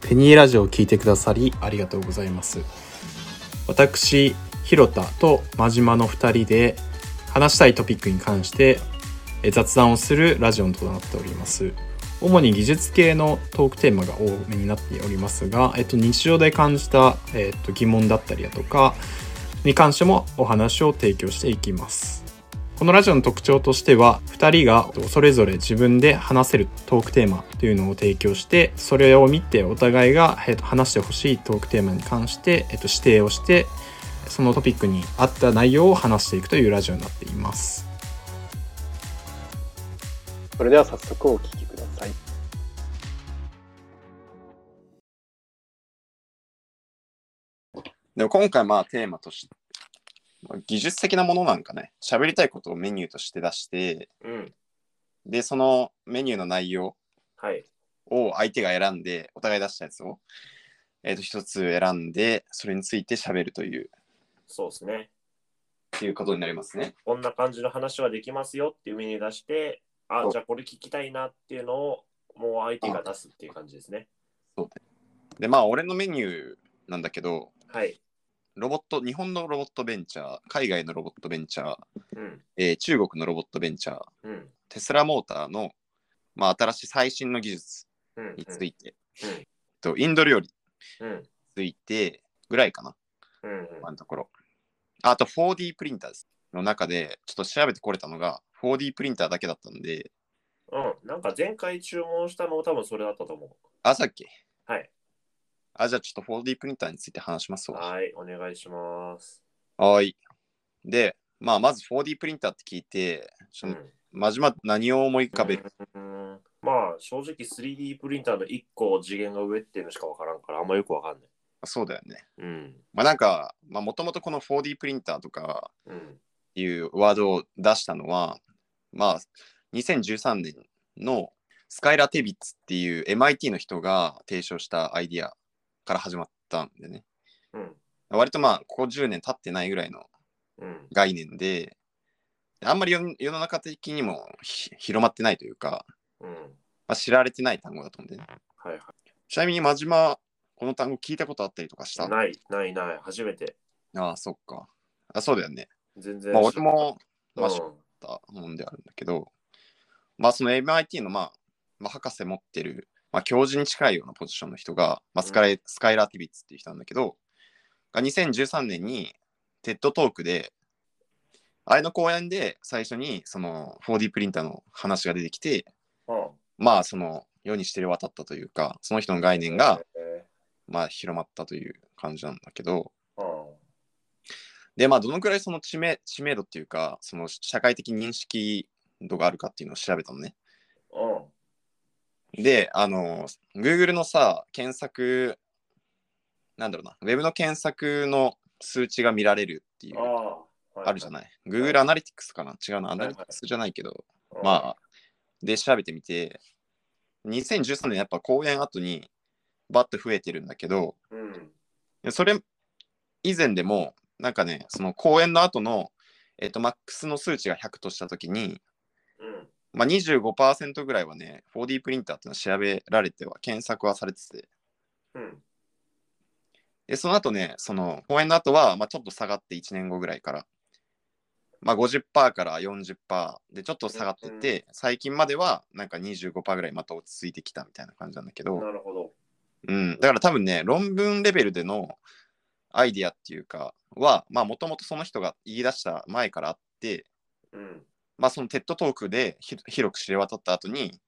ペニーラジオを聞いてくださりありがとうございます私広田と真島の2人で話したいトピックに関してえ雑談をするラジオとなっております主に技術系のトークテーマが多めになっておりますが、えっと、日常で感じた、えっと、疑問だったりだとかに関してもお話を提供していきますこのラジオの特徴としては2人がそれぞれ自分で話せるトークテーマというのを提供してそれを見てお互いが、えっと、話してほしいトークテーマに関して、えっと、指定をしてそのトピックに合った内容を話していくというラジオになっています。それでは早速お聞きください。でも今回まあテーマとして、まあ技術的なものなんかね、喋りたいことをメニューとして出して、うん。で、そのメニューの内容はい。を相手が選んで、お互い出したやつを、えっ、と、一つ選んで、それについて喋るという、そうですね。っていうことになりますね。こんな感じの話はできますよっていうメニュー出して、あそ、うじゃあこれ聞きたいなっていうのを、もう相手が出すっていう感じですね。で、まあ俺のメニューなんだけど、はい。ロボット、日本のロボットベンチャー、海外のロボットベンチャー、うん。えー中国のロボットベンチャー、うん。テスラモーターの、まあ、新しい最新の技術うん。について、うんえっと、インド料理にうん。うん。ついてぐらいかな。うん。今のところ。あと 4D プリンターですの中で、ちょっと調べてこれたのが 4D プリンターだけだったんで、うん。なんか前回注文したのも多分それだったと思あ、さっき。はい。あ、じゃあちょっと 4D プリンターについて話しますう。わ。はい。お願いします。はーい。で、まあ、まず 4D プリンターって聞いて、ちうょっとん。真島何を思い浮かべる、うん。まあ、正直 3D プリンターの1個次元が上っていうのしかわからんから、あんまよくわかんない。そうだよね。うん。まあ、なんか、まあ、もともとこの 4D プリンターとかうん。いうワードを出したのは、まあ、2013年のスカイラ・テビッツっていう MIT の人が提唱したアイディアから始まったんでね。うん。割とまあここ10年経ってないぐらいのうん。概念であんまり世世の中的にもひ広まってないというか、うん。まあ、知られてない単語だと思うんで、ね、はいはい。ちなみに真島この単語聞いたことあったりとかしたあない、ない、ない。初めて。あそっかあそうだよね、全然。まあ、俺もうん、まあ知ったもんであるんだけどまあその MIT のまあ、まあ、博士持ってる、まあ、教授に近いようなポジションの人が、まあ、スカイスカイラーティビッツっていう人なんだけどが2013年に TED トークであれの講演で最初にその 4D プリンターの話が出てきてうんまあその世に知れ渡ったというかその人の概念が、えまあ広まったという感じなんだけどーうんでまあどのくらいその知名知名度っていうかその社会的認識度があるかっていうのを調べたのねうんで、あの、Google のさ、検索、なんだろうな、ウェブの検索の数値が見られるっていう、あああるじゃない。ない。Google アナリティクスかな違うな、アいはナいリティクスじゃないけど、うんまあ、で、調べてみて、2013年やっぱ公演後にバッと増えてるんだけど、うん。それ以前でも、なんかね、その公演の後の、えっと、マックスの数値が100としたときに、うん。まあ、25%ぐらいはね、4D プリンターっていうのは調べられては、検索はされてて、うん。で、その後ね、その公演の後は、まあ、ちょっと下がって1年後ぐらいから、まあ、50%から40%でちょっと下がってて、最近まではなんか25%ぐらいまた落ち着いてきたみたいな感じなんだけど、なるほど。うん、だから多分ね、論文レベルでのアイディアっていうかは、まあ、もともとその人が言い出した前からあって、うん。まあ、そのテッドトークでひ広く知れ渡った後に、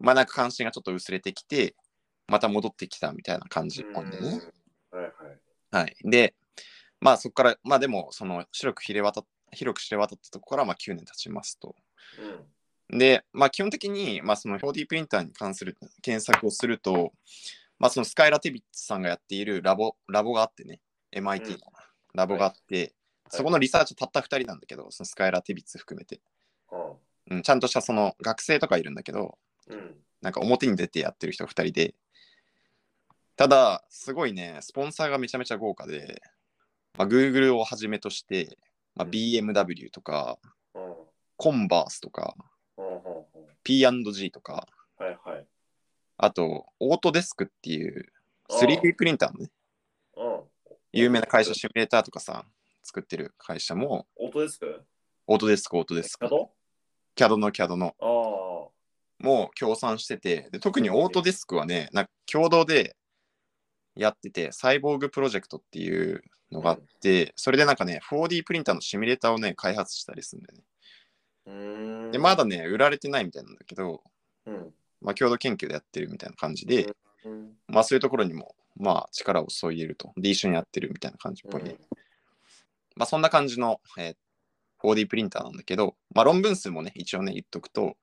まあ、なんか関心がちょっと薄れてきて、また戻ってきたみたいな感じなんだよね。うんはいはい。はい。で、まあそこから、まあでも、その広く知れ渡っ広く知れ渡ったところからまあ9年経ちますと。うん。で、まあ基本的に、まあその 4D プリンターに関する検索をすると、まあそのスカイラテビッツさんがやっているラボ、ラボがあってね、MIT うんのラボがあって、そこのリサーチたった2人なんだけど、そのスカイラテビッツ含めて、うん、ちゃんとしたその学生とかいるんだけど、うん。なんか表に出てやってる人2人で、ただ、すごいね、スポンサーがめちゃめちゃ豪華で、まあ、Google をはじめとして、まあ、BMW とか、うん。うん。コンバースとか、うん。うん。 P&G とか、はいはい。あと、オートデスクっていう、ああ 3D プリンターもね、うん。有名な会社、シミュレーターとかさ、作ってる会社も、オートデスクオートデスク、オートデスクか、と CAD の CAD の、ああ。もう協賛しててで、特にオートデスクはね、なんか共同でやってて、サイボーグプロジェクトっていうのがあって、それでなんかね、4D プリンターのシミュレーターをね、開発したりするんだよね。うーん。で、まだ。ね、売られてないみたいなんだけど、うん。まあ、共同研究でやってるみたいな感じで、うん。まあ、そういうところにも、まあ、力を注いでると。で、一緒にやってるみたいな感じっぽいね。うんまあ、そんな感じの、えー 4D プリンターなんだけど、まあ、論文数もね、一応ね、言っとくと、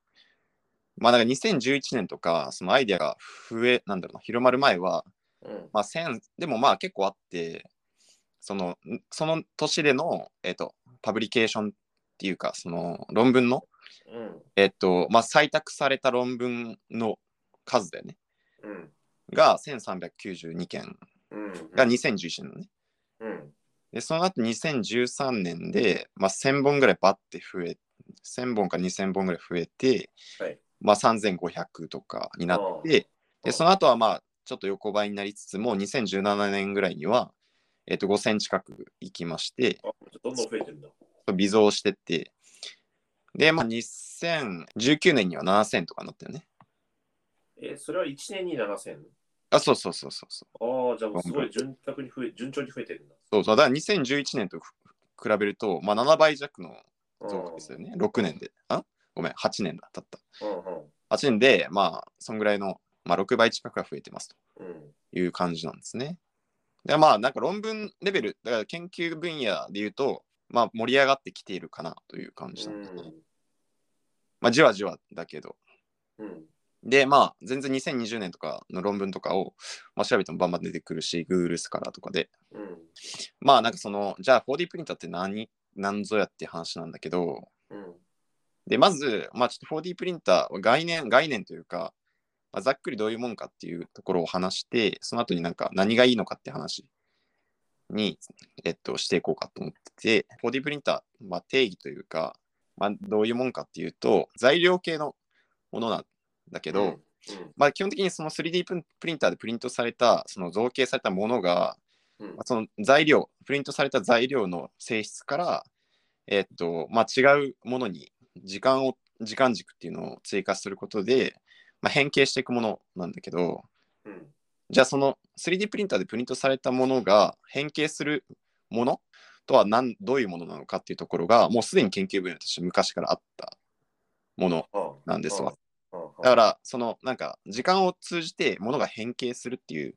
まあ、なんか2011年とか、そのアイデアが増え、なんだろうな、広まる前は、うん。まあ、1000、でもまあ、結構あって、その、んその年での、えっ、と、パブリケーションっていうか、その論文の、うん。えっ、と、まあ、採択された論文の数だよね。うん。が1392件うん。が2011年のね。うん。で、その後2013年で、まあ、1000本ぐらいバッて増え、1000本か2000本ぐらい増えて、はいまあ、3500とかになって、うんで、その後はまあ、ちょっと横ばいになりつつも、2017年ぐらいには、えっ、と、5000近く行きまして、あ、どんどん増えてるんだ。微増してって、で、まあ、2019年には7000とかになったよね。え、それは1年に7000。あ、そうそうそうそうそう。ああ、じゃあもうすごい潤沢に増え、順調に増えてるんだ。そうそうだから2011年と比べると、まあ、7倍弱のうん増加ですよね。6年で。あごめん、8年だ。たった。うん8年で、まあ、そんぐらいの、まあ、6倍近くが増えてますうん。うん。という感じなんですね。で、まあ、なんか論文レベル、だから研究分野で言うと、まあ、盛り上がってきているかなという感じなんですね。まあ、じわじわだけど。うん。うん。で、まあ、全然2020年とかの論文とかを、まあ、調べてもバンバン出てくるし、Google スカラーとかで。うん。まあ、なんかその、じゃあ 4D プリンターって何、何ぞやって話なんだけど、うん。で、まず、まあ、ちょっと 4D プリンター、概念、概念というか、まあ、ざっくりどういうもんかっていうところを話して、その後になんか何がいいのかって話に、えっと、していこうかと思ってて、4D プリンター、まあ、定義というか、まあ、どういうもんかっていうと、材料系のものなんだけど、うんまあ、基本的にその 3D ププリンターでプリントされた、その造形されたものが、うん。うんまあその材料、プリントされた材料の性質から、えーっと、まあ、違うものに時間を、時間軸っていうのを追加することで、まあ、変形していくものなんだけど、うん。じゃあその 3D プリンターでプリントされたものが変形するものとは何、どういうものなのかっていうところが、もうすでに研究分野として昔からあったものあなんですわ。だあかあら、そのなんか時間を通じて物が変形するっていう、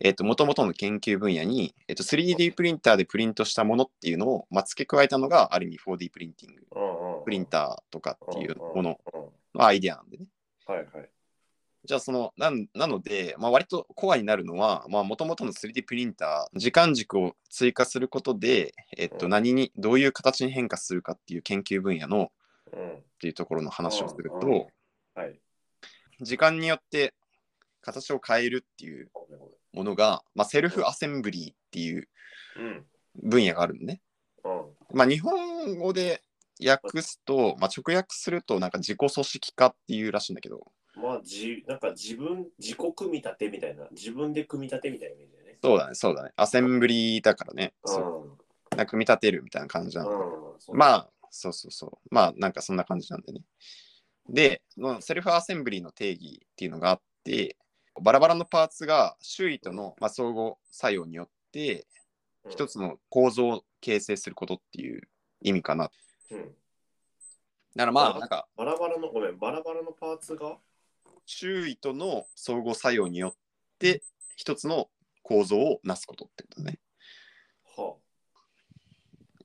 えっ、と、もともとの研究分野に、えっ、と、3D プリンターでプリントしたものっていうのを、まあ、付け加えたのが、ある意味 4D プリンティング、うんうんプリンターとかっていうものうんうんのアイデアなんでね。はいはい。じゃあ、その、なんなので、まあ、割とコアになるのは、まあ、もともとの 3D プリンター、時間軸を追加することで、えっ、と、何に、どういう形に変化するかっていう研究分野の、うん。っていうところの話をするうんうんと、はい。時間によって形を変えるっていうごめんごめものが、まあ、セルフアセンブリーっていうんうん。分野があるのね。うん。まあ、日本語で訳すと、まあ、直訳するとなんか自己組織化っていうらしいんだけど、まあ、じ、なんか自分、自己組み立てみたいな、自分で組み立てみたいなイメージだよね。そうだね、そうだね。アセンブリーだからね。そううなんか組み立てるみたいな感じなの。ん。うん。そうまあ、そうそうそう。まあ、なんかそんな感じなんでね。で、そのセルフアセンブリーの定義っていうのがあって、バラバラのパーツが周囲との、まあ、相互作用によって、うん一つの構造を形成することっていう意味かな。うんだからまうあ、んなんかバラバラの、ごめん、バラバラのパーツが、周囲との相互作用によって一つの構造をなすことってことだね。は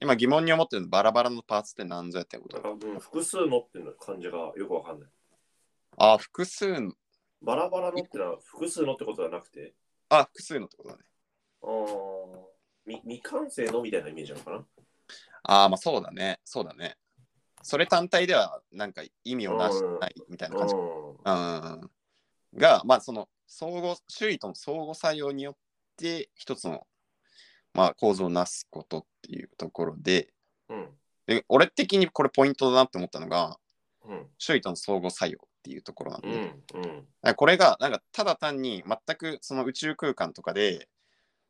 今疑問に思ってるのバラバラのパーツって何ぞやってこあ、なとんか、うん、複数のっていうの感じがよくわかんない。ああ、複数の、バラバラのってのは複数のってことじゃなくて、あ複数のってことだね。あーみ未完成のみたいなイメージなのかなああ、まあそうだね。そうだね。それ単体ではなんか意味をなしてないみたいな感じ。うん。うん。が、まあその相互、周囲との相互作用によって一つの、まあ、構造をなすことっていうところで、うん。で俺的にこれポイントだなって思ったのが、うん。周囲との相互作用っっていうところなんうで、だかんうんらこれがなんかただ単に全くその宇宙空間とかで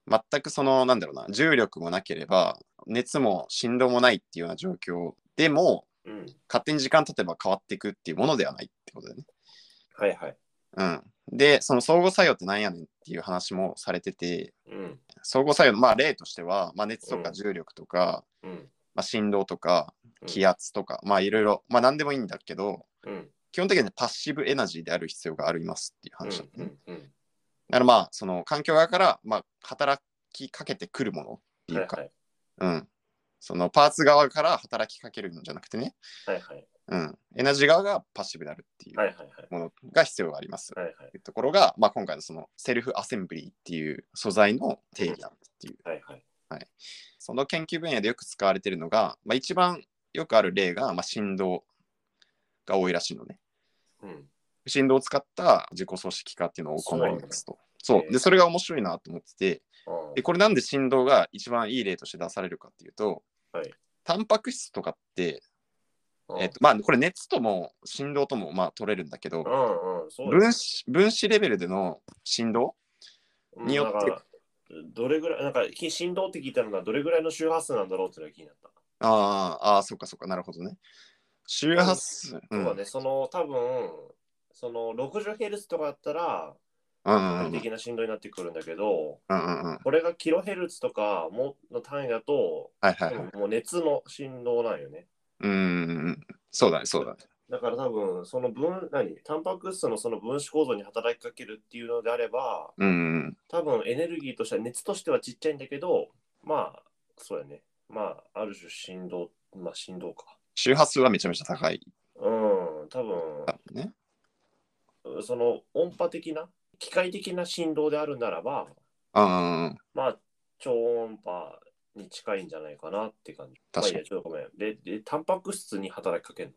全くそのなんだろうな重力もなければ熱も振動もないっていうような状況でもうん勝手に時間経てば変わっていくっていうものではないってことだよね。はいはいうん、でその相互作用ってなんやねんっていう話もされててうん相互作用のまあ例としては、まあ、熱とうかん重力とか、うんまあ、振動とかうん気圧とか、まあいろいろまあ何でもいいんだけどうん基本的にはパッシブエナジーである必要がありますっていううん話だったね、うだんからまあその環境側からまあ働きかけてくるものってういんはいうか、はいうん、そのパーツ側から働きかけるんじゃなくてね、はいはいうん、エナジー側がパッシブであるっていはういはいはいものが必要があります、はいはいっていうところが、まあ、今回のそのセルフアセンブリーっていう素材の定義だっていう、はいはいその研究分野でよく使われてるのが、まあ、一番よくある例が、まあ、振動が多いらしいのね。うん振動を使った自己組織化っていうのを行いますと。うそなんだう。で、それが面白いなと思ってて、あで、これなんで振動が一番いい例として出されるかっていうと、はいタンパク質とかって、ーえっと、まあ、これ熱とも振動とも、まあ、取れるんだけど、うんうんそう分子分子レベルでの振動によってうんだからどれぐらいなんかき振動って聞いたのがどれぐらいの周波数なんだろうっていうのが気になったあーあー、そっかそっか、なるほどね。周波数。う。そうんだね、その多分その 60Hz とかだったらうんうん具うんう体ん的な振動になってくるんだけど、うんうん。これがキロヘルツとかもの単位だと、はいはいはい。もう熱の振動なんよね。うんうんうん。そうだね、そうだね。だから多分その分何タンパク質のその分子構造に働きかけるっていうのであれば、うんうん多分エネルギーとしては熱としてはちっちゃいんだけど、まあそうやね。まあある種振動、まあ振動か。周波数はめちゃめちゃ高い。うん、多分ね。その音波的な機械的な振動であるならば、うんうんうん。まあ、超音波に近いんじゃないかなって感じ。確かにまあ、いいや、ちょっとごめん。で、でタンパク質に働きかける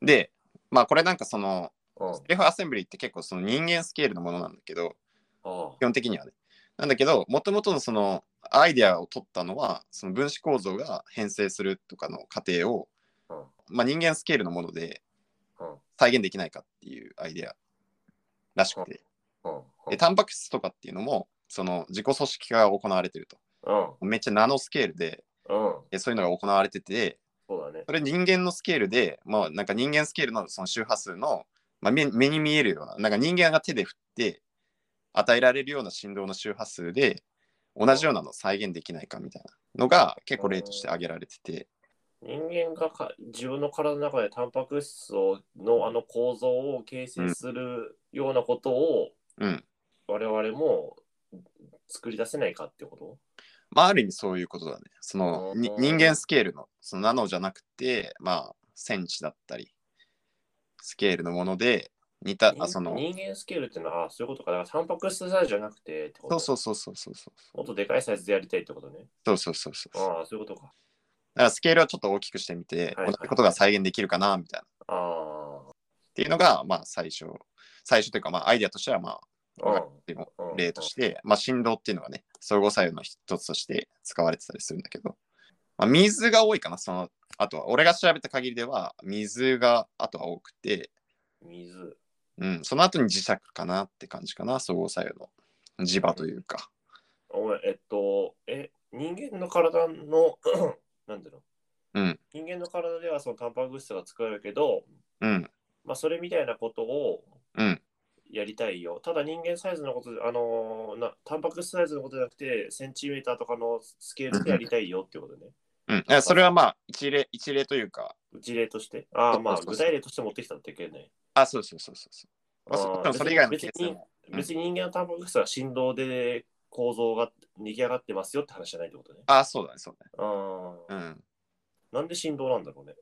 で、まあこれなんかその、のうん。あセルフアセンブリーって結構その人間スケールのものなんだけど、あ基。本的にはね。なんだけど、もともとのそのアイデアを取ったのは、その分子構造が変成するとかの過程を、うん。まあ人間スケールのものでうん。再現できないかっていうアイデアらしくて。うん。でタンパク質とかっていうのもその自己組織化が行われてるとうん。めっちゃナノスケールでうん。えそういうのが行われててそうだね。それ人間のスケールで、まあ、なんか人間スケールのその周波数の、まあ、目目に見えるようななんか人間が手で振って与えられるような振動の周波数で同じようなのを再現できないかみたいなのが結構例として挙げられてて人間がか自分の体の中でタンパク質をのあの構造を形成するようなことを、うん我々も作り出せないかってことまあある意味そういうことだねそのにうん人間スケールのそのナノじゃなくてまあセンチだったりスケールのもので似たあその人人間スケールってのは、ああそういうことか。だからタンパク質サイズじゃなくてってこそとうそうそうそうそうそうもっとでかいサイズでやりたいってことね。そうそうそうそうだかああ、そういうことか。らスケールをちょっと大きくしてみて、はいはい同じことが再現できるかなみたいなっあていうのがまあ最初最初というかまあアイデアとしてはまあ、あでもうん例としてまあ振動っていうのがね相互作用の一つとして使われてたりするんだけど、まあ、水が多いかなそのあとは俺が調べた限りでは水があとは多くて、水。うん、その後に磁石かなって感じかな相互作用の磁場というかお前、えっと、え、人間の体の、 なんていうのうん人間の体ではそのタンパク質が作れるけど、うんまあ、それみたいなことをうんやりたいよ。ただ人間サイズのことで、あのーな、タンパク質サイズのことじゃなくて、センチメーターとかのスケールでやりたいよってことね。うん、いやそれはまあ一例一例というか事例として。ああ、まあ、そうそうそう具体例として持ってきたっていけない。あそうそうそうそうそう、まあ、そあーでもそれ以外の別ケーにスでもうん別に人間のタンパク質は振動で構造が出来上がってますよって話じゃないってことね。あ、そうだね、そうだね。ああ、うん。なんで振動なんだろうね。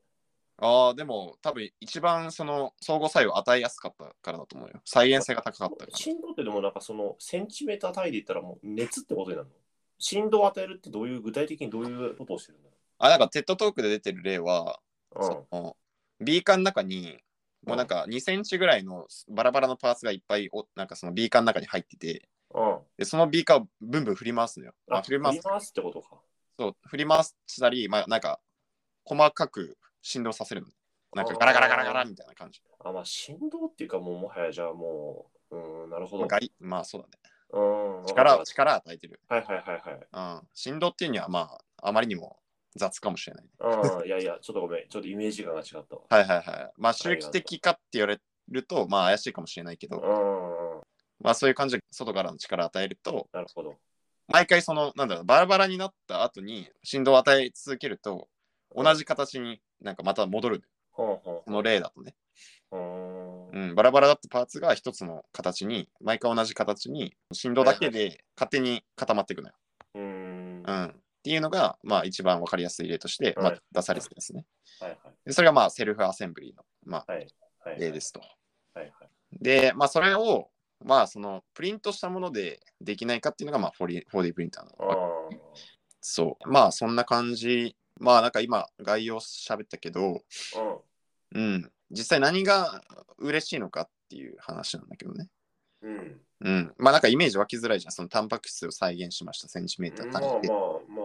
ああ、でも多分一番その相互作用を与えやすかったからだと思うよ。再現性が高かったから。振動ってでもなんかそのセンチメーター単位で言ったらもう熱ってことになるの振動を与えるってどういう具体的にどういうことをしてるんだあ、なんか TED トークで出てる例は、ろそのビーカーの中に、もうなんか2センチぐらいのバラバラのパーツがいっぱいお、なんかそのビーカーの中に入ってて、う。うん。うん。で、そのビーカーをブンブン振り回すのよ。まあ、あ、振り回す。ますってことか。そう、振り回したり、まあなんか細かく振動させるの。なんかガラガラガラガラみたいな感じ。あ、まあ、振動っていうか、もうもはやじゃあもう、うん、なるほまどあ、。ガリまあそうだね。うん、力はは力与えてる。はいはいはいうん。振動っていうにはまああまりにも雑かもしれない、ね。はい。うん、いやい や、ちょっとごめん。ちょっとイメージ感が違ったわ。はいはいはい。まあ周期的かって言われるとまあ怪しいかもしれないけど、うん、まあそういう感じで外からの力を与えると、なるほど。毎回そのなんだろうバラバラになった後に振動を与え続けると同じ形になんかまた戻る。ほんほこの例だとね。ん。う。うんん、バラバラだったパーツが一つの形に、毎回同じ形に、振動だけで勝手に固まっていくのよ。うん。うはいん。っていうのが、まあ一番わかりやすい例として、まはあい、出されてですね。はい。でそれがまあセルフアセンブリの、まあ、はい。はい。例ですと。はいはい。で、まあそれを、まあそのプリントしたものでできないかっていうのが、まあ 4D, 4D プリンターうのわけ。ん。そう。まあそんな感じ。まあなんか今概要喋ったけど、ううん。ん。実際何が嬉しいのかっていう話なんだけどね。うん。うん、まあなんかイメージ湧きづらいじゃん。そのタンパク質を再現しました、センチメーターま単あまあ位でってま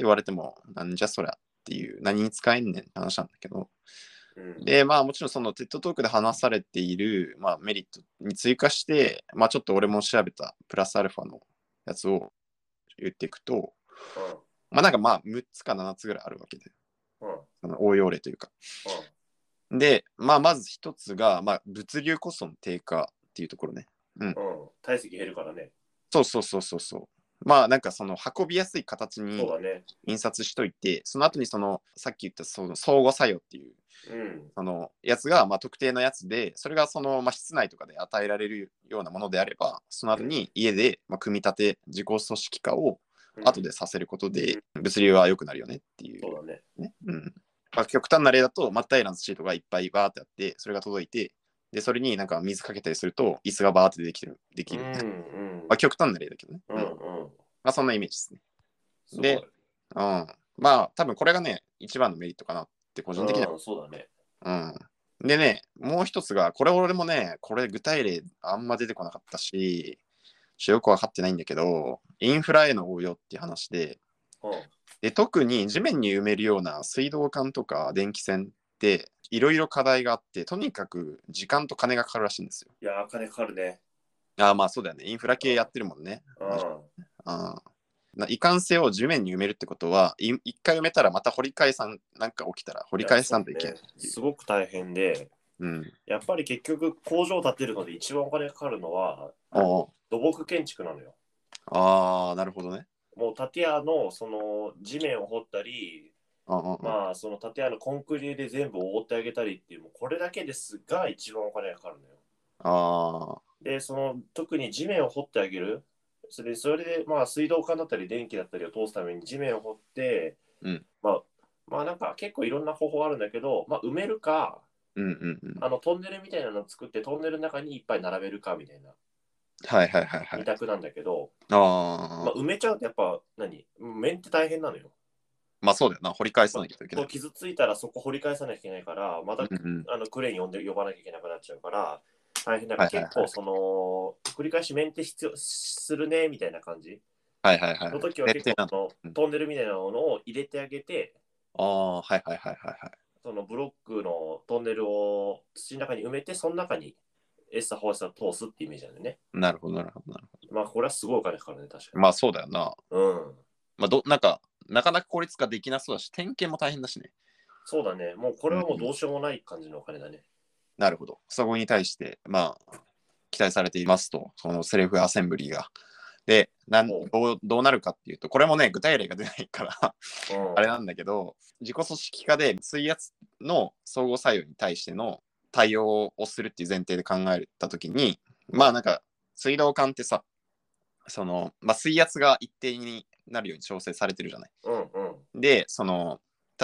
言われても、なんじゃそりゃっていう、何に使えんねんって話なんだけど。あ。うん。で、まあもちろんその TED トークで話されている、まあ、メリットに追加して、まあちょっと俺も調べたプラスアルファのやつを言っていくと、まあなんかまあ6つか7つぐらいあるわけで、うん。うん。その応用例というか。で、まあまず一つが、まあ物流コストの低下っていうところね。うん。うん。体積減るからね。そうそうそうそうそう。まあなんかその運びやすい形にそうだね。印刷しといて、その後にそのさっき言ったその相互作用っていううん。そのやつがまあ特定のやつで、それがそのまあ室内とかで与えられるようなものであれば、その後に家でまあ組み立て、自己組織化を後でさせることで物流は良くなるよねっていそうう、だね。ね。うんまあ、極端な例だと、マッタイランスシートがいっぱいバーってあって、それが届いて、でそれになんか水かけたりすると、椅子がバーってできる。できうんるうんまあ、極端な例だけどね。うんうんまあ、そんなイメージですね。うん。でうん。まあ、多分これがね、一番のメリットかなって、個個人的には。そうだね。うん。でね、もう一つが、これ俺もね、これ具体例あんま出てこなかったし、ちょっとよくわかってないんだけど、インフラへの応用っていう話で、うん。で特に地面に埋めるような水道管とか電気線って、いろいろ課題があって、とにかく時間と金がかかるらしいんですよ。いやー、金かかるね。ああ、まあそうだよね。インフラ系やってるもんね。うん。あいかんせを地面に埋めるってことは、い一回埋めたらまた掘り返さん、なんか起きたら掘り返さんといけないやそうねすごく大変で、うん。やっぱり結局工場を建てるので一番お金かかるのはおう土木建築なのよ。ああ、なるほどね。もう建屋のその地面を掘ったり、ああああまあその建屋のコンクリで全部覆ってあげたりっていう、もうこれだけですが一番お金がかかるのあよ。で、その特に地面を掘ってあげる。それでそれでまあ水道管だったり電気だったりを通すために地面を掘って、うんまあまあなんか結構いろんな方法あるんだけど、まあ埋めるか、ー、うんうんうん。あのトンネルみたいなの作ってトンネルの中にいっぱい並べるかみたいなはいはいはいは二い。択なんだけど、まああ、あ、埋めちゃうとやっぱ何面って大変なのよ。まあそうだよな。掘り返さなきゃいけなこうい。傷ついたらそこ掘り返さなきゃいけないからまたうんうん、あのクレーン呼んで呼ばなきゃいけなくなっちゃうから大変だからはいはいは結い構その繰り返しメンテ必要するねみたいな感じはいはいはい。の時は結設定な構のそうんのトンネルみたいなものを入れてあげてああ、はいはいはいはいはい。そのブロックのトンネルを土の中に埋めてその中にエッサホースを通すってイメージなんでねなるほどなるほどなるほまあこれはすごいお金かかるね確かど。に、まあそうだよな。うんまあど、なんか、なかなか効率化できなそうだし、点検も大変だしね。そうだねもうこれはもうどうしようもない感じのお金だねなるほど。そこに対して、まあ、期待されていますと、そのセルフアセンブリーが。で、なんおどううどうなるかっていうと、これもね、具体例が出ないから、うんあれなんだけど、自己組織化で水圧の相互作用に対しての対応をするっていう前提で考えたときに、まあなんか、水道管ってさ、その、まあ、水圧が一定になるように調整されてるじゃない。うんうんで、その、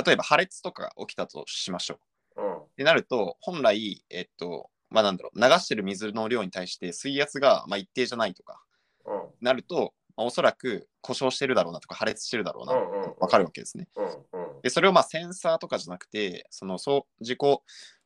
例えば破裂とかが起きたとしましょう。うんってなると、本来、えっと、まあなんだろう、流してる水の量に対して水圧がまあ一定じゃないとか、うんなると、まあおそらく故障してるだろうなとか破裂してるだろうな、うんうんうんわかるわけですね。うんうんで、それをまあセンサーとかじゃなくて、そのそう自己組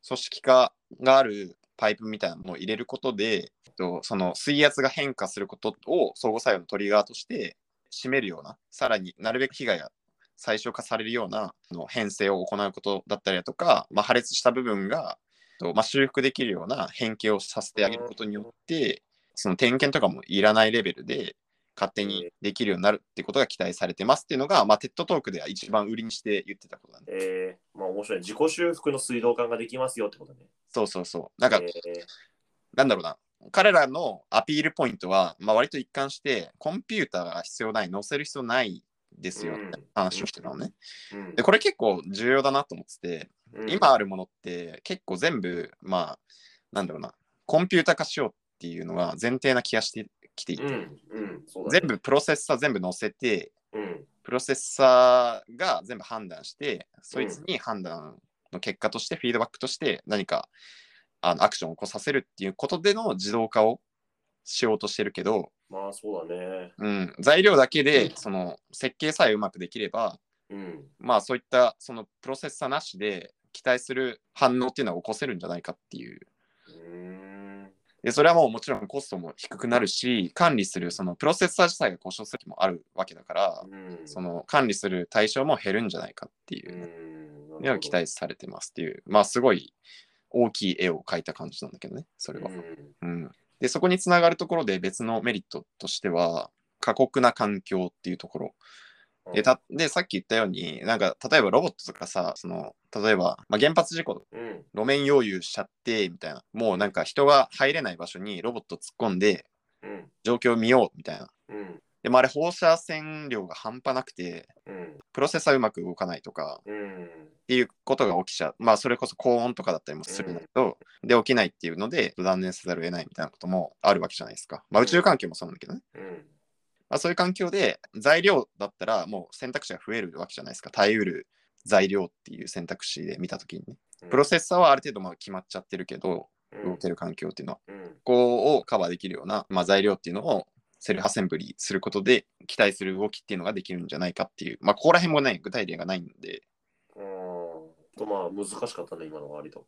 織化があるパイプみたいなものを入れることで、えっとその水圧が変化することを相互作用のトリガーとして締めるような、さらになるべく被害が最小化されるようなあの編成を行うことだったりだとか、まあ、破裂した部分が、とまあ、修復できるような変形をさせてあげることによって、その点検とかもいらないレベルで勝手にできるようになるってことが期待されてますっていうのが、まあ、テッドトークでは一番売りにして言ってたことなんで、えー、まあ面白い。自己修復の水道管ができますよってことね。そうそうそう。なんか、えなんだろうな、彼らのアピールポイントは、まあ、割と一貫して、コンピューターが必要ない、載せる必要ないですよ、うん話をしてたのね。ーうんで、これ結構重要だなと思ってて、うん今あるものって結構全部、まあ、なんだろうな、コンピューター化しようっていうのが前提な気がしてきていて、うん、うん、そうだ全ね。部プロセッサー全部載せて、うん、プロセッサーが全部判断して、そいつに判断の結果として、フィードバックとして何かあのアクションを起こさせるっていうことでの自動化をしようとしてるけど、まあそうだね。うん、材料だけでその設計さえうまくできれば、うん、まあそういったそのプロセッサーなしで期待する反応っていうのは起こせるんじゃないかっていう。うーん、でそれはもうもちろんコストも低くなるし、管理するそのプロセッサー自体が故障する時もあるわけだから、うん、その管理する対象も減るんじゃないかっていうう。ん、なるほにはど期待されてますっていう、まあすごい大きい絵を描いた感じなんだけどね、それは。ううん、で、そこにつながるところで別のメリットとしては、過酷な環境っていうところ。ん、で、たでさっき言ったように、なんか例えばロボットとかさ、その例えば、まあ、原発事故、うん、路面溶融しちゃってみたいな、もうなんか人が入れない場所にロボット突っ込んで、うん、状況を見ようみたいな。うん、でもあれ放射線量が半端なくて、うん、プロセッサーうまく動かないとか、うん、っていうことが起きちゃう。まあ、それこそ高温とかだったりもするんだけど、で、起きないっていうので、断念せざるを得ないみたいなこともあるわけじゃないですか。まあ、宇宙環境もそうなんだけどね。うん、まあ、そういう環境で、材料だったらもう選択肢が増えるわけじゃないですか。耐えうる材料っていう選択肢で見たときにね。プロセッサーはある程度まあ決まっちゃってるけど、動ける環境っていうのは、うん、ここをカバーできるような、まあ、材料っていうのをセルフアセンブリーすることで、期待する動きっていうのができるんじゃないかっていう、まあ、ここら辺もね、具体例がないんで、うん、とまあ難しかったね、今のは割と。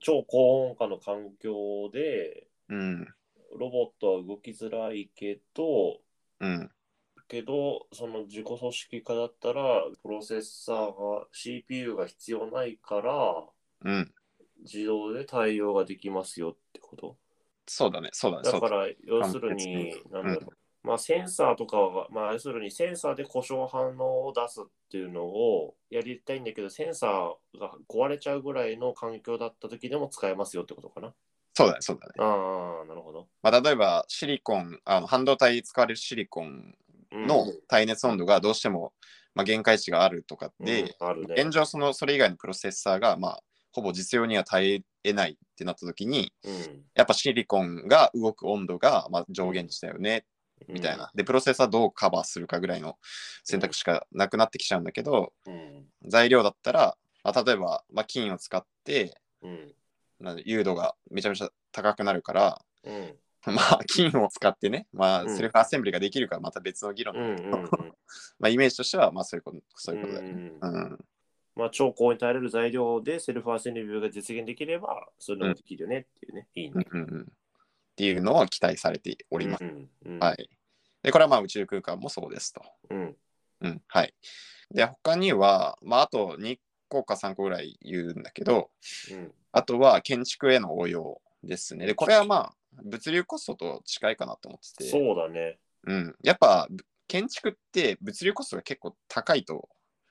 超高温下の環境で、うん、ロボットは動きづらいけど、うん。けど、その自己組織化だったら、プロセッサーが、CPU が必要ないから、うん。自動で対応ができますよってこと。そうだね、そうだね、そだうだかね。ら、要するに、なんだろう。まあ、センサーとかは、まあ、要するにセンサーで故障反応を出すっていうのをやりたいんだけど、センサーが壊れちゃうぐらいの環境だった時でも使えますよってことかな。そうだね、そうだね。ああ、なるほど。まあ、例えば、シリコン、あの半導体使われるシリコンうんの耐熱温度がどうしても、まあ、限界値があるとかで、、うんあるね。現状、そのそれ以外のプロセッサーが、まあ、ほぼ実用には耐えないってなった時に、うんやっぱシリコンが動く温度が、まあ、上限値だよね、みたいな。。で、プロセッサーどうカバーするかぐらいの選択しかなくなってきちゃうんだけど、うん。材料だったら、まあ、例えば、まあ、金を使って、うん。なんだ誘導がめちゃめちゃ高くなるから、うん。 まあ、金を使ってね、まうあ、んセルフアセンブリができるかはまた別の議論、うんうんうんまあ、イメージとしては、まあ、そういうこと、 そういうことだようね。んううんうんん、まあ、超高に耐えれる材料でセルフアセンブリが実現できれば、そういうのもできるよねっていうね。いいうんね。、うんうん。っていうのを期待されております。うんうんは。い。で、これはまあ、宇宙空間もそうですと。うん。うん、はい。で、他には、まあ、あと2個か3個ぐらい言うんだけど、うん。あとは建築への応用ですね。で、これはまあ、物流コストと近いかなと思ってて。そうだね。うん、やっぱぶ建築って物流コストが結構高いと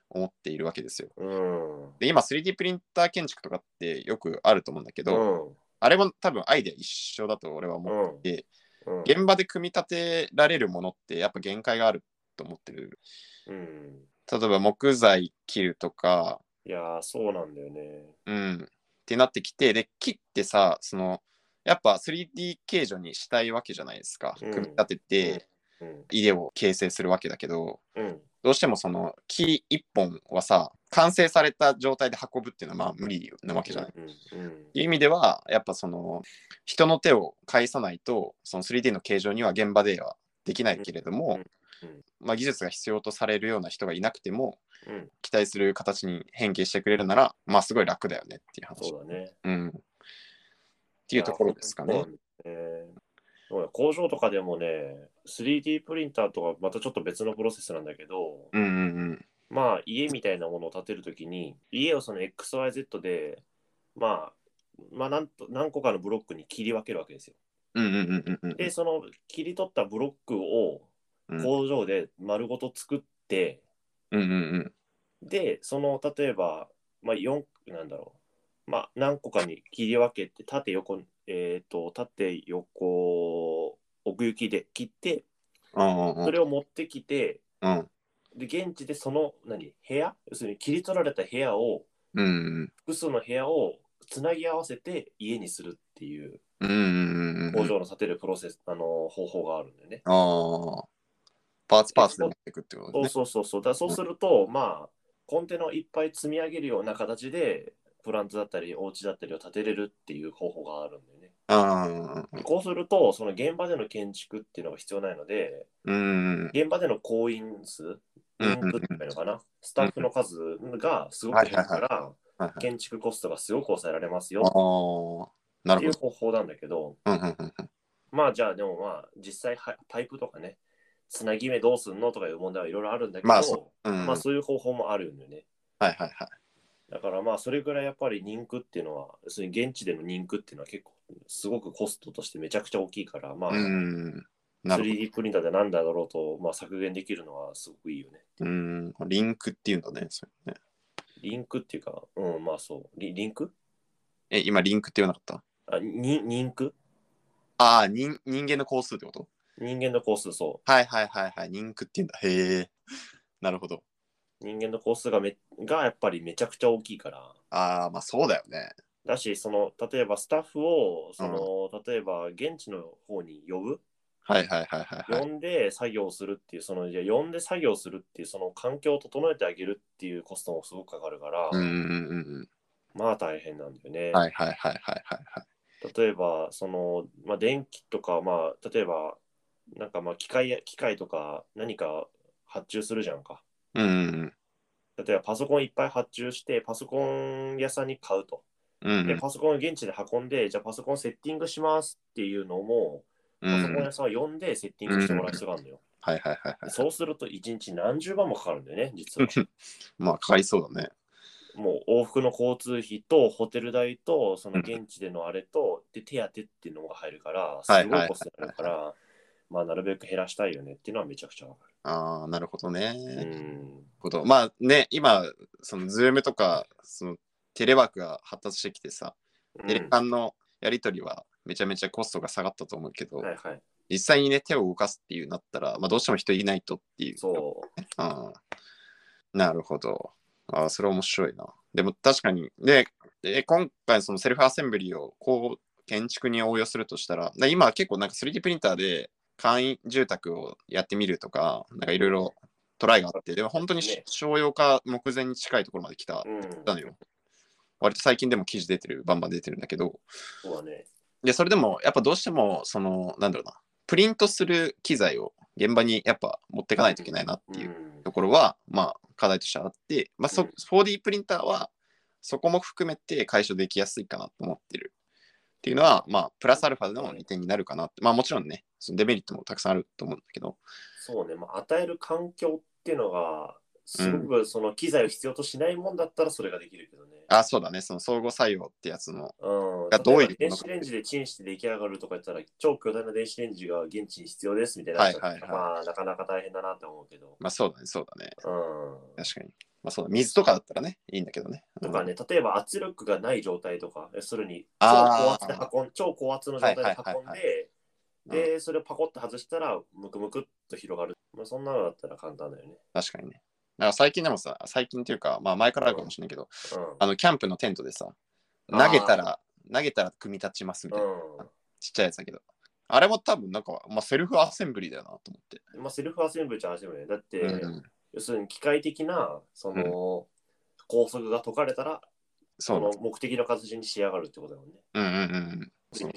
思っているわけですよ。うん。うん。で今 3D プリンター建築とかってよくあると思うんだけど、あれも多分アイデア一緒だと俺はう思う。ん。でうん現場で組み立てられるものってやっぱ限界があると思ってる。うん。例えば木材切るとか、いやー、そうなんだよね。うん、ってなってきて、で切ってさ、そのやっぱ 3D 形状にしたいわけじゃないですか。うん組み立てて、うん。イデを形成するわけだけど、うん。どうしてもその木一本はさ完成された状態で運ぶっていうのはまあ無理なわけじゃない。っうん。うんていう意味ではやっぱその人の手を介さないとその 3D の形状には現場ではできないけれども、うんうんまあ、技術が必要とされるような人がいなくてもうん。期待する形に変形してくれるならまあすごい楽だよねっていう話。そうだね。うん、っていうところですかそうねな。んだよねそうだ工場とかでもね、3D プリンターとかまたちょっと別のプロセスなんだけど、うんうんまあ家みたいなものを建てるときに家をその XYZ でまあまあなんと何個かのブロックに切り分けるわけですよ。うんうんうんうんうんでその切り取ったブロックをうん工場で丸ごと作って、うんうんうんでその例えば、まあ、4なんだろう、まあ、何個かに切り分けて縦横えっ、と縦横奥行きで切ってうんうんそれを持ってきてうんで現地でその何部屋要するに切り取られた部屋をうん複数の部屋をつなぎ合わせて家にするっていううんうんうんう工ん場の建てるプロセス、あの方法があるんだよね。ああパーツパーツで持っていくってことそうですねそうそうそう。だそうすると、まあ、コンテナをいっぱい積み上げるような形で、プラントだったり、お家だったりを建てれるっていう方法があるんだよね。ああこうすると、その現場での建築っていうのが必要ないので、うん現場での行員数、うん人数っていうのかな、スタッフの数がすごく減るかはいはら、はいはい建築コストがすごく抑えられますああよなっているうほ方法なんだけど、どうんうんうんうんまあじゃあでもまあ実際はパイプとかね、つなぎ目どうすんのとかいう問題はいろいろあるんだけど、ままああそそ,、うんういう方法もあるんだよね。はいはいはいだからまあそれぐらいやっぱり人区っていうのは、要するに現地での人区っていうのは結構すごくコストとしてめちゃくちゃ大きいから、まあうんなる 3D プリンターでなんだろうと、まあ、削減できるのはすごくいいよね。ほどうんリンクっていうんだねそれねリンクっていうか、うんまあそう、リリンクえ今リンクって言わなかったあ、に人区ああ人人間の工数ってこと人間の工数そう。はいはいはいはいリンクっていうんだへえなるほど人間の工数がめがやっぱりめちゃくちゃ大きいから。ああまあそうだよねだし、その例えばスタッフをその、例えば現地の方に呼ぶ、はいはいはいはいはい呼んで作業するっていう、そのじゃあ呼んで作業するっていう、その環境を整えてあげるっていうコストもすごくかかるから、うんうんうんうんまあ大変なんだよね。はいはいはいはいはいはい例えば、そのまあ、電気とか、まあ、例えば、なんかまあ機械や機械とか何か発注するじゃんか。うんうん例えばパソコンいっぱい発注して、パソコン屋さんに買うと。うんうんうで、んパソコンを現地で運んで、じゃあパソコンセッティングしますっていうのも、うパソコンん屋さんを呼んでセッティングしてもらう必要があるのよ。はいはいはいはいそうすると1日何十万もかかるんだよね、実は。 まあかかりそうだねもう往復の交通費とホテル代とその現地でのあれと、で手当てっていうのが入るから、すごいコストになるから、まあなるべく減らしたいよねっていうのはめちゃくちゃわかああなるほどね、る。うん。ことまあね今そのズームとかそのテレワークが発達してきてさ、うんテレカンのやり取りはめちゃめちゃコストが下がったと思うけど、はいはい。実際にね手を動かすっていうなったら、まあ、どうしても人いないとっていうそう。ああ、なるほど。ああ、それ面白いな。でも確かに、で、で今回そのセルフアセンブリをこう建築に応用するとしたら、で今結構なんか 3D プリンターで簡易住宅をやってみるとか、なんかいろいろトライがあって、でも本当にしね商用化目前に近いところまで来たうん。たのよ。割と最近でも記事出てる、バンバン出てるんだけど、そうだね。で、それでもやっぱどうしても、その、なんだろうな、プリントする機材を現場にやっぱ持ってかないといけないなっていううんところは、まあ、課題としてあって、まあそうん 4D プリンターはそこも含めて解消できやすいかなと思ってるっていうのは、まあ、プラスアルファでの利点になるかなって、まあ、もちろんね、そのデメリットもたくさんあると思うんだけど、そうね、まあ、与える環境っていうのが、すごくその機材を必要としないもんだったらそれができるけどね。あ、そうだね、その相互作用ってやつの、うん、がどういう例えば電子レンジでチンして出来上がるとか言ったら、超巨大な電子レンジが現地に必要ですみたいなやつだったら、はいはいはまあ、なかなか大変だなって思うけど。まあ、そうだね、そうだね、うん、確かに。まあ、そうだ、水とかだったらね、いいんだけどね。とかね、例えば圧力がない状態とか、要するに超高あー圧で運ん超高圧の状態ではいはいはい運んはいで、うんで、それをパコッと外したら、ムクムクっと広がる。まあ、そんなのだったら簡単だよね。確かにね。なんか最近でもさ、最近っていうか、まあ、前からあるかもしれないけど、うんあの、キャンプのテントでさ、あー投げたら、投げたら組み立ちますみたいな。ちっちゃいやつだけど。あれも多分なんか、まあ、セルフアセンブリだよなと思って。うん。まあ、セルフアセンブルじゃアセンブルね。だって、うん、要するに機械的な、その、拘束が解かれたら、そそうなんのだ。目的の形に仕上がるってことだもんね。うんうんうん。そう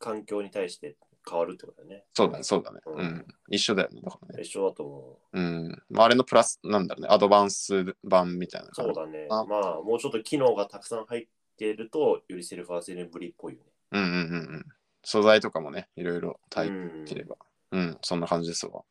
環境に対して変わるってことだよね。そうだね、そうだね。ううんん。一緒だよね。だからね。一緒だと思う。うん。まあ、あれのプラス、なんだろうね、アドバンス版みたいな感そうじ。だね。あまあ、もうちょっと機能がたくさん入ってると、よりセルフアセンブリっぽいよね。うんうんうんうん。素材とかもね、いろいろ対う応んできれば。うん、そんな感じですわ。